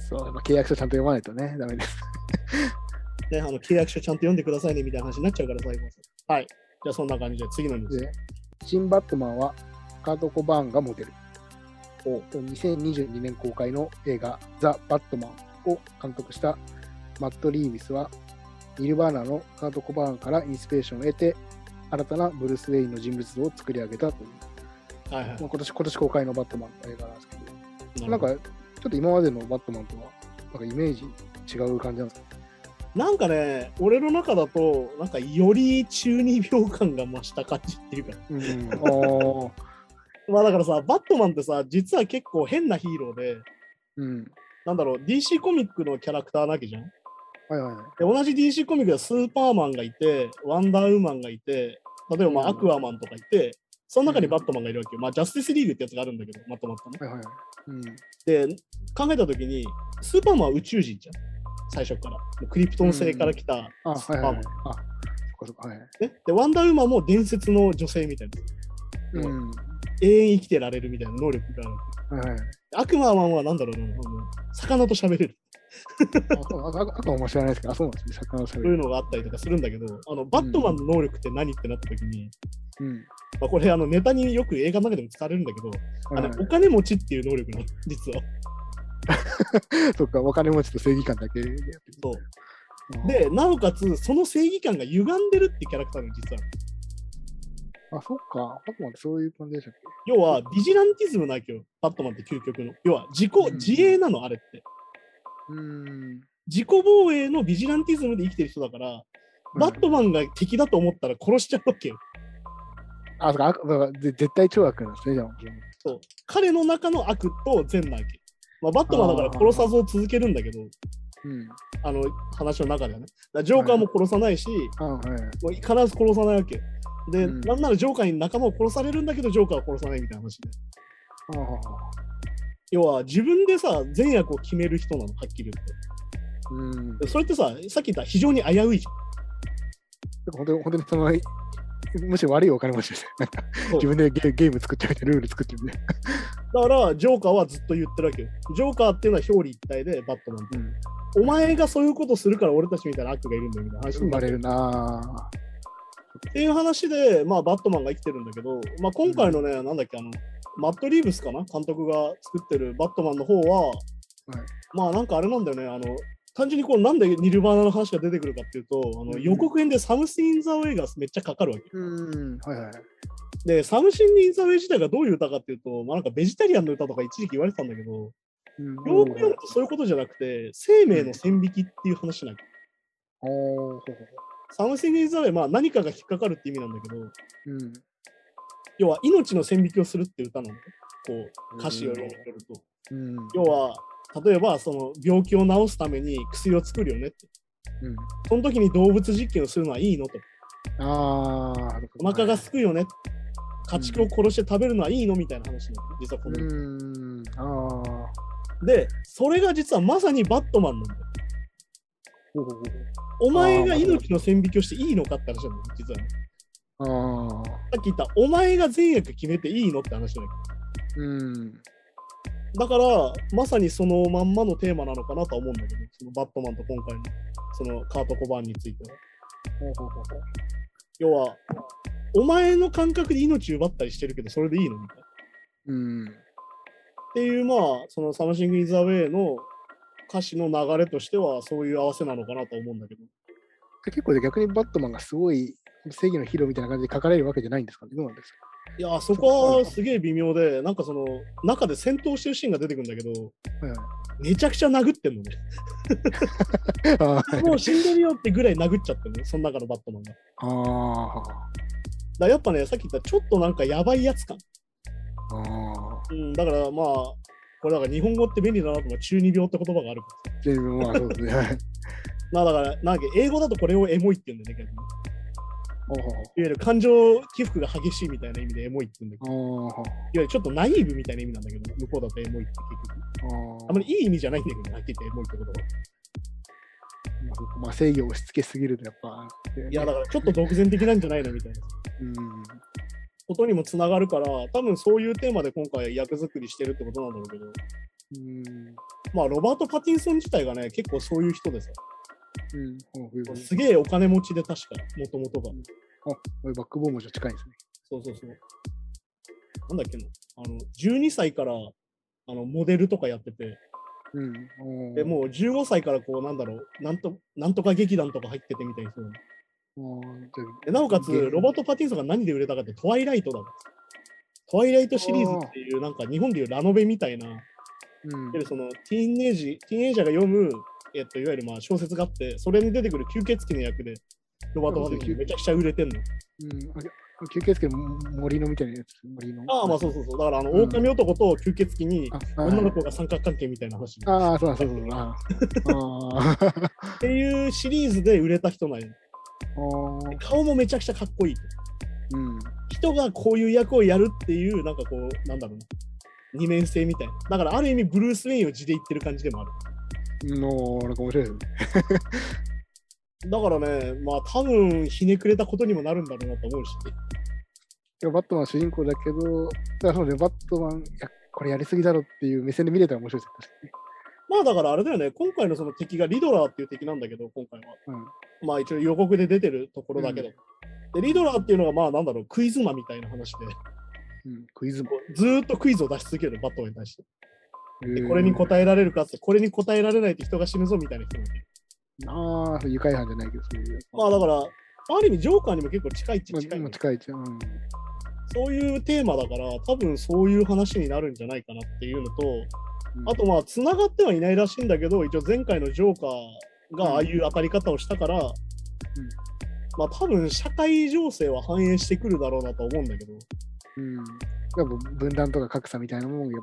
そう、やっぱ契約書ちゃんと読まないとね、ダメです。ね、あの契約書ちゃんと読んでくださいねみたいな話になっちゃうから最後。はい。じゃあそんな感じで次のニュース。で、新バットマンはカート・コバーンがモデル。おうと2022年公開の映画、ザ・バットマンを監督したマット・リービスは、ニルバーナのカート・コバーンからインスピレーションを得て、新たなブルース・ウェインの人物像を作り上げたという、はいはまあ今年今年公開のバットマンの映画なんですけど、い。なんか、ちょっと今までのバットマンとは、なんかイメージ違う感じなんですかなんかね、俺の中だと、なんかより中二病感が増した感じっていうか。うん。ああ。まあだからさ、バットマンってさ、実は結構変なヒーローで、うん。なんだろう、DC コミックのキャラクターなわけじゃん。で、はいはいはい。同じ DC コミックではスーパーマンがいて、ワンダーウーマンがいて、例えばまうんあアクアマンとかいて、その中にバットマンがいるわけよ。まあ、ジャスティスリーグってやつがあるんだけど、まとまったね。はいはいはい。うん。で、考えたときに、スーパーマンは宇宙人じゃん。最初から。もうクリプトン星から来たあ、スーパはいーはマいン。はい。あ、そっかそっか。はいはい。ねで、ワンダーウーマンも伝説の女性みたいな。うん。永遠生きてられるみたいな能力がある。はいはい。アクアマンはなんだろうな、あの魚と喋れる。あそうあ、ああとは面白いですけど、あ、そうなんですね。魚をしゃべそういうる。のがあったりとかするんだけど、あのバットマンの能力って何ってなった時に、うん。まあ、これあのネタによく映画の中でも使われるんだけど、あはいのはお金持ちっていう能力なの、 *laughs* 実は。い、そっか、お金持ちと正義感だけでやってる。そううん、で、なおかつ、その正義感が歪んでるってキャラクターの実は。あ、そっか。パックマンってそういう感じでしたっけ要は、ビジランティズムなきゃ、バットマンって究極の。要は、自己うん、自衛なの、あれって。うーん。自己防衛のビジランティズムで生きてる人だから、バットマンが敵だと思ったら殺しちゃうわけよ。あ、そっかあだから、ぜ絶対超悪なんですね、じゃあ。そう彼の中の悪と善なわけ。まあ、バットマンだから殺さずを続けるんだけど、うん。あの話の中ではね。だからジョーカーも殺さないし、あはい。もう必ず殺さないわけ。で、うんなんならジョーカーに仲間を殺されるんだけど、ジョーカーは殺さないみたいな話で。ああ。要は自分でさ、善悪を決める人なの、はっきり言って。うん。でそれってさ、さっき言った非常に危ういじ本当に、本当にその、むしろ悪いお金持ちですね。なんかそう自分でゲゲーム作っちゃうみたいな、ルール作っちゃうみたいな。ゃん。だから、ジョーカーはずっと言ってるわけよ。ジョーカーっていうのは表裏一体で、バットマンって。うん。お前がそういうことするから俺たちみたいな悪がいるんだよみたいな話生になまるれるなぁ。っていう話で、まあ、バットマンが生きてるんだけど、まあ、今回のね、なんだっけ、あの、マット・リーブスかな監督が作ってるバットマンの方は、まあ、なんかあれなんだよね、あの、単純にこう、なんでニルバーナの話が出てくるかっていうと、あうのん予告編でサムスイン・ザ・ウェイがめっちゃかかるわけ。うん。はいはい。で、サムシン・イン・ザ・ウェイ自体がどういう歌かっていうと、まあ、なんかベジタリアンの歌とか一時期言われてたんだけど、うんよく読むとそういうことじゃなくて、生命の線引きっていう話なんだよおーほうほうサムシン・イン・ザ・ウェイ、まあ、何かが引っかかるって意味なんだけど、うん。要は命の線引きをするっていう歌なのね。こう歌詞を読み取ると。うん。要は例えばその病気を治すために薬を作るよねって。うん。その時に動物実験をするのはいいのと。ああ。お腹がすくよね。家畜を殺して食べるのはいいのみたいな話なのね。実はこうの、ん。ああ。で、それが実はまさにバットマンなんだよ。ほうほうほうお前が命の線引きをしていいのかって話なのね、実はね。ああ。さっき言った、お前が善悪決めていいのって話なんだうん。けどだから、まさにそのまんまのテーマなのかなとは思うんだけど、そのバットマンと今回のそのカート・コバーンについては。ほうほうほうほう要は、お前の感覚で命奪ったりしてるけど、それでいいのみたいな。っうん。ていう、まあ、そのサムシング・イン・ザ・ウェイの歌詞の流れとしては、そういう合わせなのかなと思うんだけど。結構で逆にバットマンがすごい正義のヒーローみたいな感じで書かれるわけじゃないんですかね。どうなんですかいや、そこはすげえ微妙で、なんかその、中で戦闘してるシーンが出てくるんだけど、はいはいめちゃくちゃ殴ってんのね。あもう死んでるよってぐらい殴っちゃってるね、その中のバットマンが。だかあー。らやっぱね、さっき言った、ちょっとなんかやばいやつ感。ああ。うん、だからまあ、これだから日本語って便利だなと思う中二病って言葉があるからさ。全部まあそうですね。はいまあだから、なんか英語だとこれをエモいって言うんだよね、逆に。ほうほういわゆる感情起伏が激しいみたいな意味でエモいって言うんだけど、ほいうあーわゆるちょっとナイーブみたいな意味なんだけど、向こうだとエモいって結局。あー。あまりいい意味じゃないんだけどね、はっきり言ってエモいってことは。まあそうかまあ正義を押し付けすぎるとやっぱ。いや、だからちょっと独善的なんじゃないのみたいなうん。ことにもつながるから、多分そういうテーマで今回役作りしてるってことなんだろうけど、うん。まあロバート・パティンソン自体がね、結構そういう人でさ、うん。ほうほうほうすげえお金持ちで確か、もともとが。これバックボーンもじゃ近いですね。そうそうそう。なんだっけな、あの、12歳から、あの、モデルとかやってて、うん。でもう15歳からこうなんだろうなんとなんとか劇団とか入っててみたいな人なのうん、じゃあでなおかつゲームロバート・パティンソンが何で売れたかってトワイライトだもんトワイライトシリーズっていうなんか日本でいうラノベみたいなうんいわゆるそのティーンエイジティーンエイジャーが読む、えっと、いわゆるまあ小説があってそれに出てくる吸血鬼の役でロバート・パティンソンめちゃくちゃ売れてんのうん、あれ吸血鬼の森のみたいなやつ。森の。ああまあそうそうそうだからあの狼男と吸血鬼にああ女の子が三角関係みたいな話ああ、そうだそうだそうだ。ああっていうシリーズで売れた人なんよあー。顔もめちゃくちゃかっこいいうん。人がこういう役をやるっていう、なんかこう、なんだろうな、二面性みたいな。だからある意味、ブルース・ウェインを地で言ってる感じでもある。の、なんか面白いですね。だからね、まあ多分、ひねくれたことにもなるんだろうなと思うし、でもバットマン主人公だけど、だからそうね、バットマン、いや、これやりすぎだろっていう目線で見れたら面白いですまあだからあれだよね、今回のその敵がリドラーっていう敵なんだけど、今回は。よね。まあ一応予告で出てるところだけど。で、リドラーっていうのがまあなんだろう、クイズマンみたいな話で、うん。うん、クイズも。こうずーっとクイズを出し続けるバットマンに対して。で、これにえ答えられるかっつって、これに答えられないと人が死ぬぞみたいな人なんだよああ、そう愉快犯じゃないけど、そういう。まあだから、ある意味、ジョーカーにも結構近いっちゃ近いね、まあ近いじゃん。うんそういうテーマだから、多分そういう話になるんじゃないかなっていうのと、あとまあ、つながってはいないらしいんだけど、一応前回のジョーカーがああいう当たり方をしたから、まあ多分社会情勢は反映してくるだろうなと思うんだけど、うん。やっぱ分断とか格差みたいなもんやっ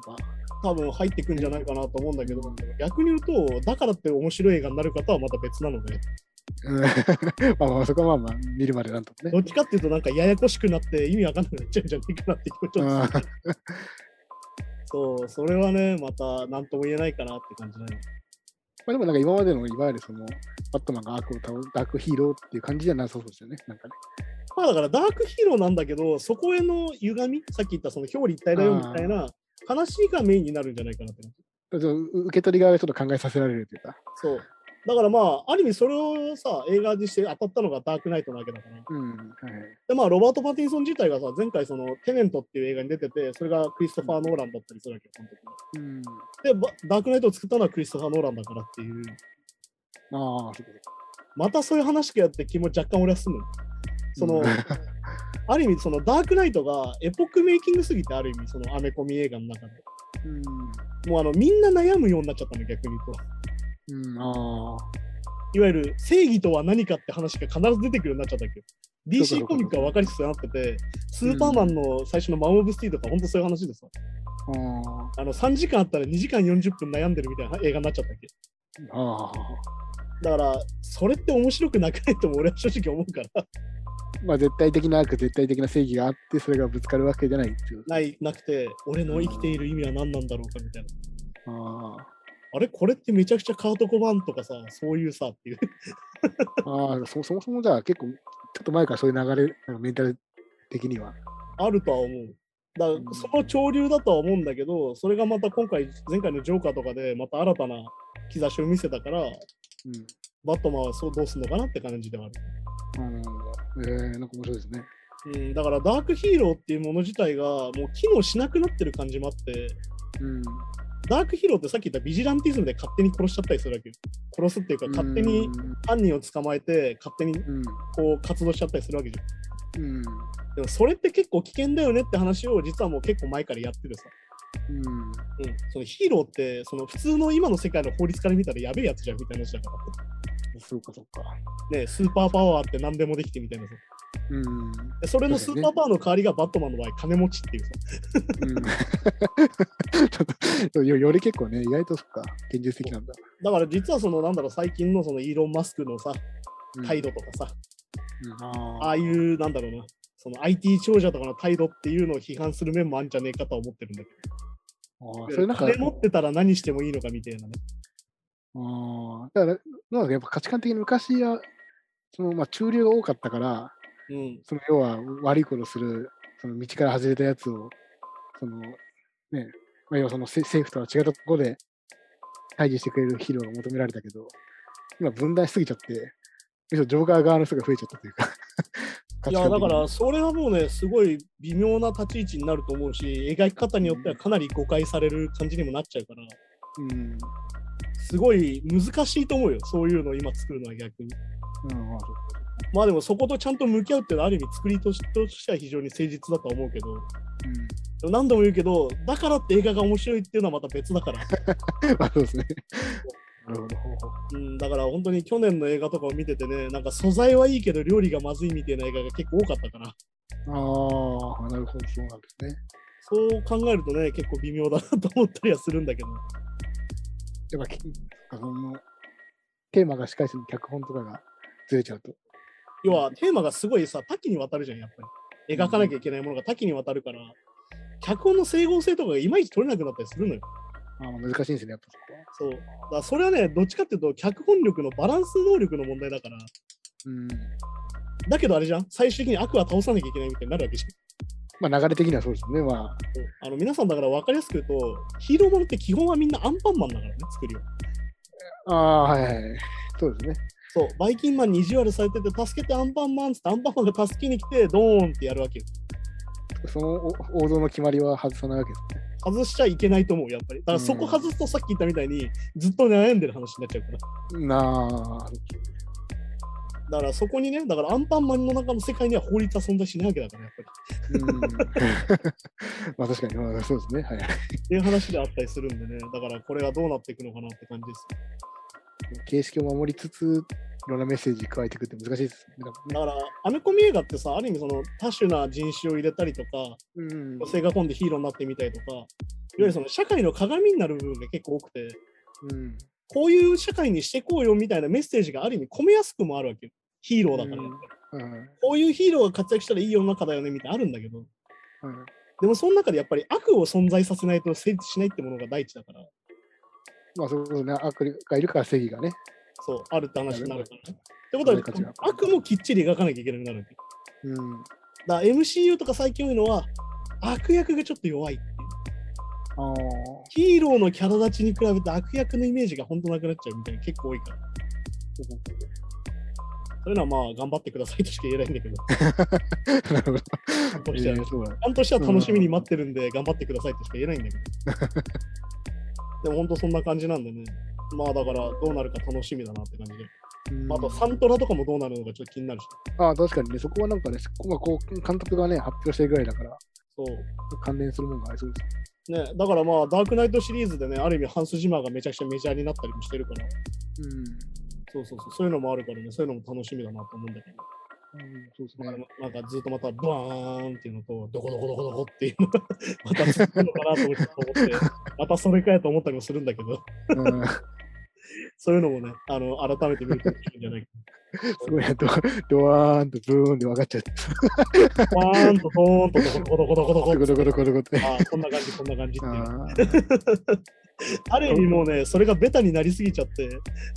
ぱ。多分入ってくんじゃないかなと思うんだけど、逆に言うと、だからって面白い映画になる方はまた別なので、うん *laughs* まあまあそこはまあまあ見るまでなんとも *laughs* ねど。っちかっていうとなんかややこしくなって意味わかんなくなっちゃうんじゃないかなって気持ちあはー *laughs* そう、それはね、また何とも言えないかなって感じだよね。まあ、でもなんか今までのいわゆるそのバットマンが悪を倒ダークヒーローっていう感じじゃなさそうですよね。なんかね。まあだからダークヒーローなんだけど、そこへの歪み、さっき言ったその表裏一体だよみたいな話がメインになるんじゃないかなって感じ。だからう受け取り側がちょっと考えさせられるというか。そう。だからまあ、ある意味それをさ、映画にして当たったのがダークナイトなわけだから。うん。はい。でまあ、ロバート・パティンソン自体がさ、前回そのテネントっていう映画に出てて、それがクリストファー・ノーランだったりするわけよ、監督うん。で、ばダークナイトを作ったのはクリストファー・ノーランだからっていう、ああ、そこまたそういう話がやって気も若干俺はすんのよ。その、うんある意味そのダークナイトがエポックメイキングすぎて、ある意味そのアメコミ映画の中で。もうあのみんな悩むようになっちゃったの、逆に言うと。うん。うん。ああ。いわゆる正義とは何かって話が必ず出てくるようになっちゃったわけど、そうかそ DC うかコミックは分かりつつなってて、スーパーマンの最初のマン・オブ・スティールとか、本当そういう話でさ、ああの3時間あったら2時間40分悩んでるみたいな映画になっちゃったっけ。あ。ああ。だから、それって面白くなくないとも俺は正直思うから、 *laughs* まあ絶対的な悪、絶対的な正義があって、それがぶつかるわけじゃないっていう。ない、なくて、俺の生きている意味は何なんだろうかみたいな。ああ。あれこれってめちゃくちゃカート・コバーンとかさ、そういうさっていう。 *laughs* ああ、そそもそもじゃあ結構、ちょっと前からそういう流れ、なんかメンタル的には。あるとは思う。だかうんらその潮流だとは思うんだけど、それがまた今回、前回のジョーカーとかでまた新たな兆しを見せたから、うん。バットマンはそうどうするのかなって感じではあうん、えー、なんか面白いですね。る。うん、だからダークヒーローっていうもの自体がもう機能しなくなってる感じもあって、うん。ダークヒーローってさっき言ったビジランティズムで勝手に殺しちゃったりするわけよ。殺すっていうか、勝手に犯人を捕まえて、勝手にうん。こう活動しちゃったりするわけじゃん。うん。うん。でもそれって結構危険だよねって話を実はもう結構前からやっててさ。うんうん、そのヒーローってその普通の今の世界の法律から見たらやべえやつじゃんみたいな話だかそうか、そうか。ら、ね、スーパーパワーって何でもできてみたいなさうん。でそれのスーパーパワーの代わりがバットマンの場合金持ちっていうさうん、ちょっとよより結構ね、意外とそっか、現実的なんだ。だから実はそのなんだろう最近のそのイーロン・マスクのさうん態度とかさ、うんあああいうなんだろうなその IT 長者とかの態度っていうのを批判する面もあるんじゃねえかとは思ってるんだけーあー、どそれなんか、金持ってたら何してもいいのかみたいなねああ、だから、なんかやっぱ価値観的に昔は、そのまあ中流が多かったから、うんその要は悪いことする、その道から外れたやつを、そのね、まあ、要はそのせ政府とは違うところで対峙してくれるヒーローが求められたけど、今分断しすぎちゃって、むしろジョーカー側の人が増えちゃったというか *laughs* 価い値や観的に、だからそれはもうねすごい微妙な立ち位置になると思うし描き方によってはかなり誤解される感じにもなっちゃうから、うん、すごい難しいと思うよ、そういうのを今作るのは逆に。うん、まあそうまあでもそことちゃんと向き合うっていうのはある意味作りとしとしては非常に誠実だとは思うけど、でも何度も言うけど、だからって映画が面白いっていうのはまた別だから。うん、 *laughs* まあそうで *laughs* すね。なるほど。うん、だから本当に去年の映画とかを見ててね、なんか素材はいいけど料理がまずいみたいな映画が結構多かったから、ああ、なるほど、そうなんですね。そう考えるとね、結構微妙だなと思ったりはするんだけど、やっぱき、あの、テーマがしっかりしてる脚本とかがずれちゃうと。要はテーマがすごいさ、多岐にわたるじゃん、やっぱり。描かなきゃいけないものが多岐にわたるから、脚本の整合性とかがいまいち取れなくなったりするのよ。あー難しいんですね、やっぱそそこは。う。だからそれはね、どっちかっていうと、脚本力のバランス能力の問題だから、うんだけどあれじゃん、最終的に悪は倒さなきゃいけないみたいになるわけじゃん。まあ流れ的にはそうですね。まあ、そうあの皆さんだから分かりやすく言うと、ヒーローものって基本はみんなアンパンマンだからね、作りを。ああ、はいはい。そうですね。そう、バイキンマンに意地悪されてて、助けてアンパンマンっつって、アンパンマンが助けに来て、ドーンってやるわけよ。そのお王道の決まりは外さないわけですね。外しちゃいけないと思う、やっぱり。だからそこ外すと、さっき言ったみたいに、ずっと悩んでる話になっちゃうから。なあ、だからそこにね、だからアンパンマンの中の世界には法律は存在しないわけだから、やっぱり。うん、 *laughs* まあ確かに、まあ、そうですね。はい。っていう話であったりするんでね、だからこれがどうなっていくのかなって感じです。形式を守りつつ、いろんなメッセージ加えていくって難しいですね。なんかだから、アメコミ映画ってさ、ある意味その多種な人種を入れたりとか、うん女性が今度ヒーローになってみたりとか、いわゆるその社会の鏡になる部分が結構多くて、うんこういう社会にしていこうよみたいなメッセージがある意味込めやすくもあるわけよ。ヒーローだから、うんうんこういうヒーローが活躍したらいい世の中だよねみたいなのあるんだけど、うんでもその中でやっぱり悪を存在させないと成立しないってものが第一だから、まあそうですね、悪がいるから正義がね。そう、あるって話になるからね。ってこどとれか違うは、悪もきっちり描かなきゃいけなくなるわけ。うん。だから MCU とか最近多いのは、悪役がちょっと弱いっていう。ああ。ヒーローのキャラ立ちに比べて悪役のイメージが本当なくなっちゃうみたいな結構多いから。そういうのはまあ頑張ってくださいとしか言えないんだけど、ち *laughs* なるほど。ゃ *laughs* んとしてはえーそうだゃんとしては楽しみに待ってるんで頑張ってくださいとしか言えないんだけ *laughs* ど。でも本当そんな感じなんでね。まあだからどうなるか楽しみだなって感じで。うんあとサントラとかもどうなるのかちょっと気になるし。ああ、確かにね、そこはなんかね、そこがこう、監督がね、発表してるぐらいだから、そう。関連するものがありそうです。ね、だからまあダークナイトシリーズでね、ある意味ハンス・ジマーがめちゃくちゃメジャーになったりもしてるから、うん。そうそうそう、そういうのもあるからね、そういうのも楽しみだなと思うんだけど。うん、そうですだからね。まなんかずっとまたバーンっていうのと、どこどこどこどこっていうのが、また続くのかなと思って、またそれかやと思ったりもするんだけど、うん、すそういうのもね、あの改めて見るといいんじゃないか。ごいね、ドドワーンとブーンで分かっちゃった。バーンとドーンとどこどこどこどこゴどこロゴロゴロゴロって。あーこんな感じ、こんな感じってあいう。ーある意味もうね、それがベタになりすぎちゃって、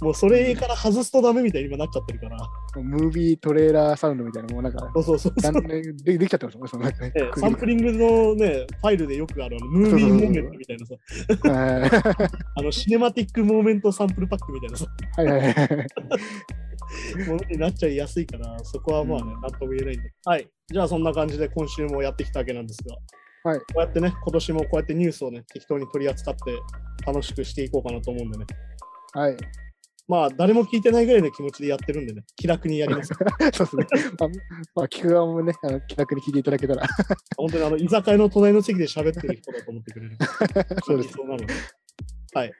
もうそれから外すとダメみたいに今なっちゃってるから、ムービートレーラーサウンドみたいな、もうなんか、そうそうそうそだう。んだんでできちゃってますもんね、そのなんかねええ区サン切プリングのね、ファイルでよくあるあのムービーモーメントみたいな *laughs* さ、りがはいあのシネマティックモーメントサンプルパックみたいなさ、はいはいはい。ものになっちゃいやすいから、そこはまあねう、んなんとも言えないんで。はい。じゃあそんな感じで今週もやってきたわけなんですが、はいこうやってね、今年もこうやってニュースをね、適当に取り扱って楽しくしていこうかなと思うんでね。はい。まあ、誰も聞いてないぐらいの気持ちでやってるんでね、気楽にやります。そうですね。まあ、まあ、聞く側もね、あの気楽に聞いていただけたら、本当にあの、居酒屋の隣の席で喋ってる人だと思ってくれる。 *laughs* そうです。そうなるのではい。じ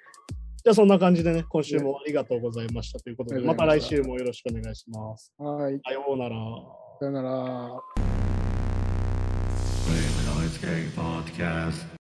ゃあそんな感じでね、今週もありがとうございましたということで、ありがまとうたござい来ました週もよろしくお願いします。はい。さようなら。さよなら。 Flame and Ice Cake Podcast.